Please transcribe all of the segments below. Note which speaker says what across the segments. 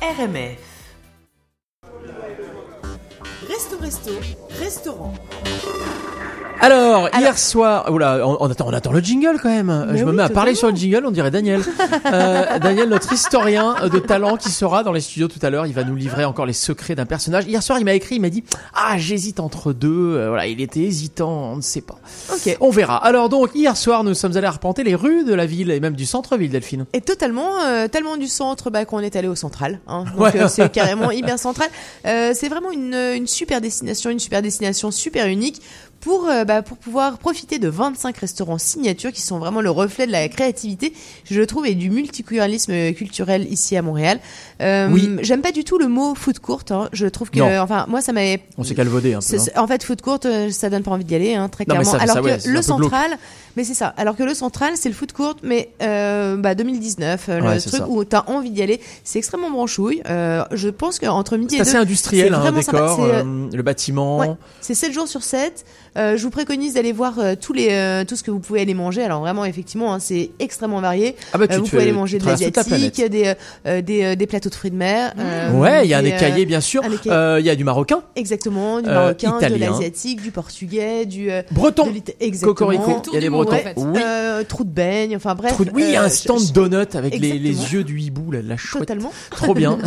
Speaker 1: RMF. Resto Resto, restaurant.
Speaker 2: Alors, hier soir, oula, on, on attend, on attend le jingle quand même.
Speaker 3: Mais
Speaker 2: je me
Speaker 3: oui,
Speaker 2: mets à parler
Speaker 3: totalement.
Speaker 2: sur le jingle, on dirait Daniel. Euh, Daniel, notre historien de talent qui sera dans les studios tout à l'heure, il va nous livrer encore les secrets d'un personnage. Hier soir, il m'a écrit, il m'a dit, ah, j'hésite entre deux. Euh, voilà, il était hésitant, on ne sait pas.
Speaker 3: Ok.
Speaker 2: On verra. Alors donc, hier soir, nous sommes allés arpenter les rues de la ville et même du centre-ville, Delphine.
Speaker 3: Et totalement, euh, tellement du centre bah, qu'on est allé au central. Hein. Donc
Speaker 2: Ouais.
Speaker 3: euh, c'est carrément hyper central. Euh, c'est vraiment une, euh, une super destination, une super destination super unique pour euh, bah, pour pouvoir profiter de 25 restaurants signatures qui sont vraiment le reflet de la créativité, je trouve, et du multiculturalisme euh, culturel ici à Montréal. Euh,
Speaker 2: Oui.
Speaker 3: J'aime pas du tout le mot food court. Hein. Je trouve que,
Speaker 2: Non.
Speaker 3: enfin, moi ça m'avait
Speaker 2: On s'est calvaudé un peu.
Speaker 3: c'est-
Speaker 2: hein.
Speaker 3: c'est- En fait, food court, euh, ça donne pas envie d'y aller, hein, très
Speaker 2: Non, mais
Speaker 3: clairement.
Speaker 2: ça- ça,
Speaker 3: Alors
Speaker 2: ouais,
Speaker 3: que
Speaker 2: c'est un
Speaker 3: le
Speaker 2: peu glauque.
Speaker 3: central, mais c'est ça. Alors que le central, c'est le food court, mais euh, bah, 2019, euh,
Speaker 2: Ouais,
Speaker 3: le
Speaker 2: c'est
Speaker 3: truc
Speaker 2: ça.
Speaker 3: où t'as envie d'y aller, c'est extrêmement branchouille. Euh, je pense qu'entre midi
Speaker 2: C'est
Speaker 3: et
Speaker 2: assez
Speaker 3: deux,
Speaker 2: industriel,
Speaker 3: c'est
Speaker 2: hein, le
Speaker 3: vraiment sympa.
Speaker 2: décor,
Speaker 3: C'est,
Speaker 2: euh, le bâtiment.
Speaker 3: Ouais. c'est 7 jours sur 7. Euh, je vous préconise d'aller voir euh, tous les, euh, tout ce que vous pouvez aller manger. Alors vraiment, effectivement, hein, c'est extrêmement varié.
Speaker 2: Ah bah
Speaker 3: Euh,
Speaker 2: tu
Speaker 3: vous
Speaker 2: te
Speaker 3: pouvez aller
Speaker 2: tu
Speaker 3: manger de
Speaker 2: traverses toute la planète.
Speaker 3: l'asiatique, des, euh, euh, des, euh, des plateaux de fruits de mer. euh,
Speaker 2: Ouais, il y a un
Speaker 3: des, euh,
Speaker 2: écaillé bien sûr.
Speaker 3: un
Speaker 2: Euh, Il
Speaker 3: écaillé.
Speaker 2: y a du marocain,
Speaker 3: Exactement, du
Speaker 2: Euh,
Speaker 3: marocain, de
Speaker 2: italien.
Speaker 3: l'asiatique, du portugais, du... euh, de
Speaker 2: breton,
Speaker 3: l'Ita- exactement.
Speaker 2: cocorico. Il y a des
Speaker 4: Tour du monde,
Speaker 2: bretons.
Speaker 4: en fait.
Speaker 2: Oui.
Speaker 3: Euh, trou de beigne, enfin bref.
Speaker 2: Trou- oui, il y a
Speaker 3: euh,
Speaker 2: un
Speaker 3: je-
Speaker 2: stand
Speaker 3: je-
Speaker 2: donut avec les, les
Speaker 3: Exactement.
Speaker 2: yeux du hibou, là, de la chouette.
Speaker 3: Totalement,
Speaker 2: Trop bien.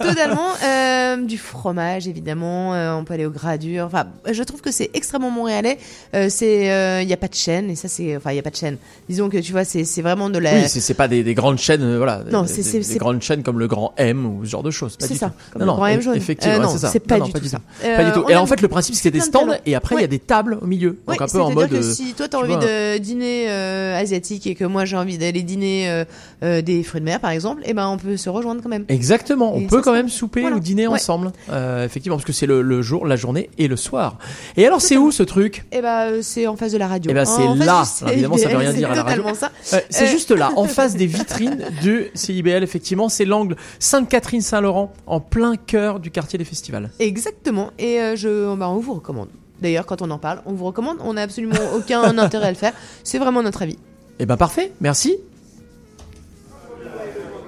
Speaker 3: totalement. euh, du fromage, évidemment. euh, on peut aller au gradure. Enfin, je trouve que c'est extrêmement montréalais. Euh, c'est, euh, il y a pas de chaîne et ça, c'est, enfin, il y a pas de chaîne. Disons que tu vois, c'est, c'est vraiment de la.
Speaker 2: oui, c'est c'est pas des, des grandes chaînes, euh, voilà.
Speaker 3: Bah. Non,
Speaker 2: des-
Speaker 3: c'est-
Speaker 2: des,
Speaker 3: c'est-
Speaker 2: des
Speaker 3: c'est-
Speaker 2: grandes chaînes comme le Grand M ou ce genre de choses. Pas
Speaker 3: C'est
Speaker 2: du
Speaker 3: ça,
Speaker 2: tout.
Speaker 3: comme le Grand M
Speaker 2: eff-
Speaker 3: jaune.
Speaker 2: Effectivement,
Speaker 3: Euh,
Speaker 2: ouais,
Speaker 3: non,
Speaker 2: c'est ça.
Speaker 3: c'est pas
Speaker 2: Non,
Speaker 3: du
Speaker 2: non, pas
Speaker 3: tout
Speaker 2: du
Speaker 3: ça.
Speaker 2: tout. Pas du
Speaker 3: Euh,
Speaker 2: tout.
Speaker 3: on
Speaker 2: Et
Speaker 3: a-
Speaker 2: en fait, le principe, c'est que des
Speaker 3: plein de
Speaker 2: stands
Speaker 3: talents.
Speaker 2: et après, il y a
Speaker 3: Ouais.
Speaker 2: des tables au milieu.
Speaker 3: Ouais,
Speaker 2: Donc un peu en
Speaker 3: c'est-à-dire
Speaker 2: mode.
Speaker 3: que
Speaker 2: euh,
Speaker 3: si toi t'as
Speaker 2: tu
Speaker 3: envie
Speaker 2: vois.
Speaker 3: de dîner euh, asiatique et que moi j'ai envie d'aller dîner euh, euh, des fruits de mer par exemple, et ben on peut se rejoindre quand même.
Speaker 2: Exactement, on
Speaker 3: Et
Speaker 2: peut
Speaker 3: ça,
Speaker 2: quand
Speaker 3: c'est-
Speaker 2: même souper
Speaker 3: voilà.
Speaker 2: ou dîner
Speaker 3: Ouais.
Speaker 2: ensemble, Euh, effectivement, parce que c'est le, le jour, la journée et le soir. Et alors, c'est où ce truc
Speaker 3: Et ben euh, c'est en face de la radio.
Speaker 2: Eh ben,
Speaker 3: Hein,
Speaker 2: c'est
Speaker 3: en face
Speaker 2: là.
Speaker 3: du CIBL,
Speaker 2: Évidemment, ça veut rien
Speaker 3: c'est
Speaker 2: dire à la radio.
Speaker 3: Totalement ça.
Speaker 2: Euh, C'est
Speaker 3: Euh.
Speaker 2: juste là, en face des vitrines du CIBL, effectivement, c'est l'angle Sainte-Catherine-Saint-Laurent, en plein cœur du quartier des festivals.
Speaker 3: Exactement. Et euh, je, bah, on vous recommande. D'ailleurs, quand on en parle, on vous recommande. On n'a absolument aucun intérêt à le faire. C'est vraiment notre avis.
Speaker 2: Eh ben parfait, merci.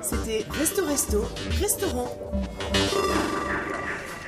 Speaker 1: C'était Resto Resto, restaurant.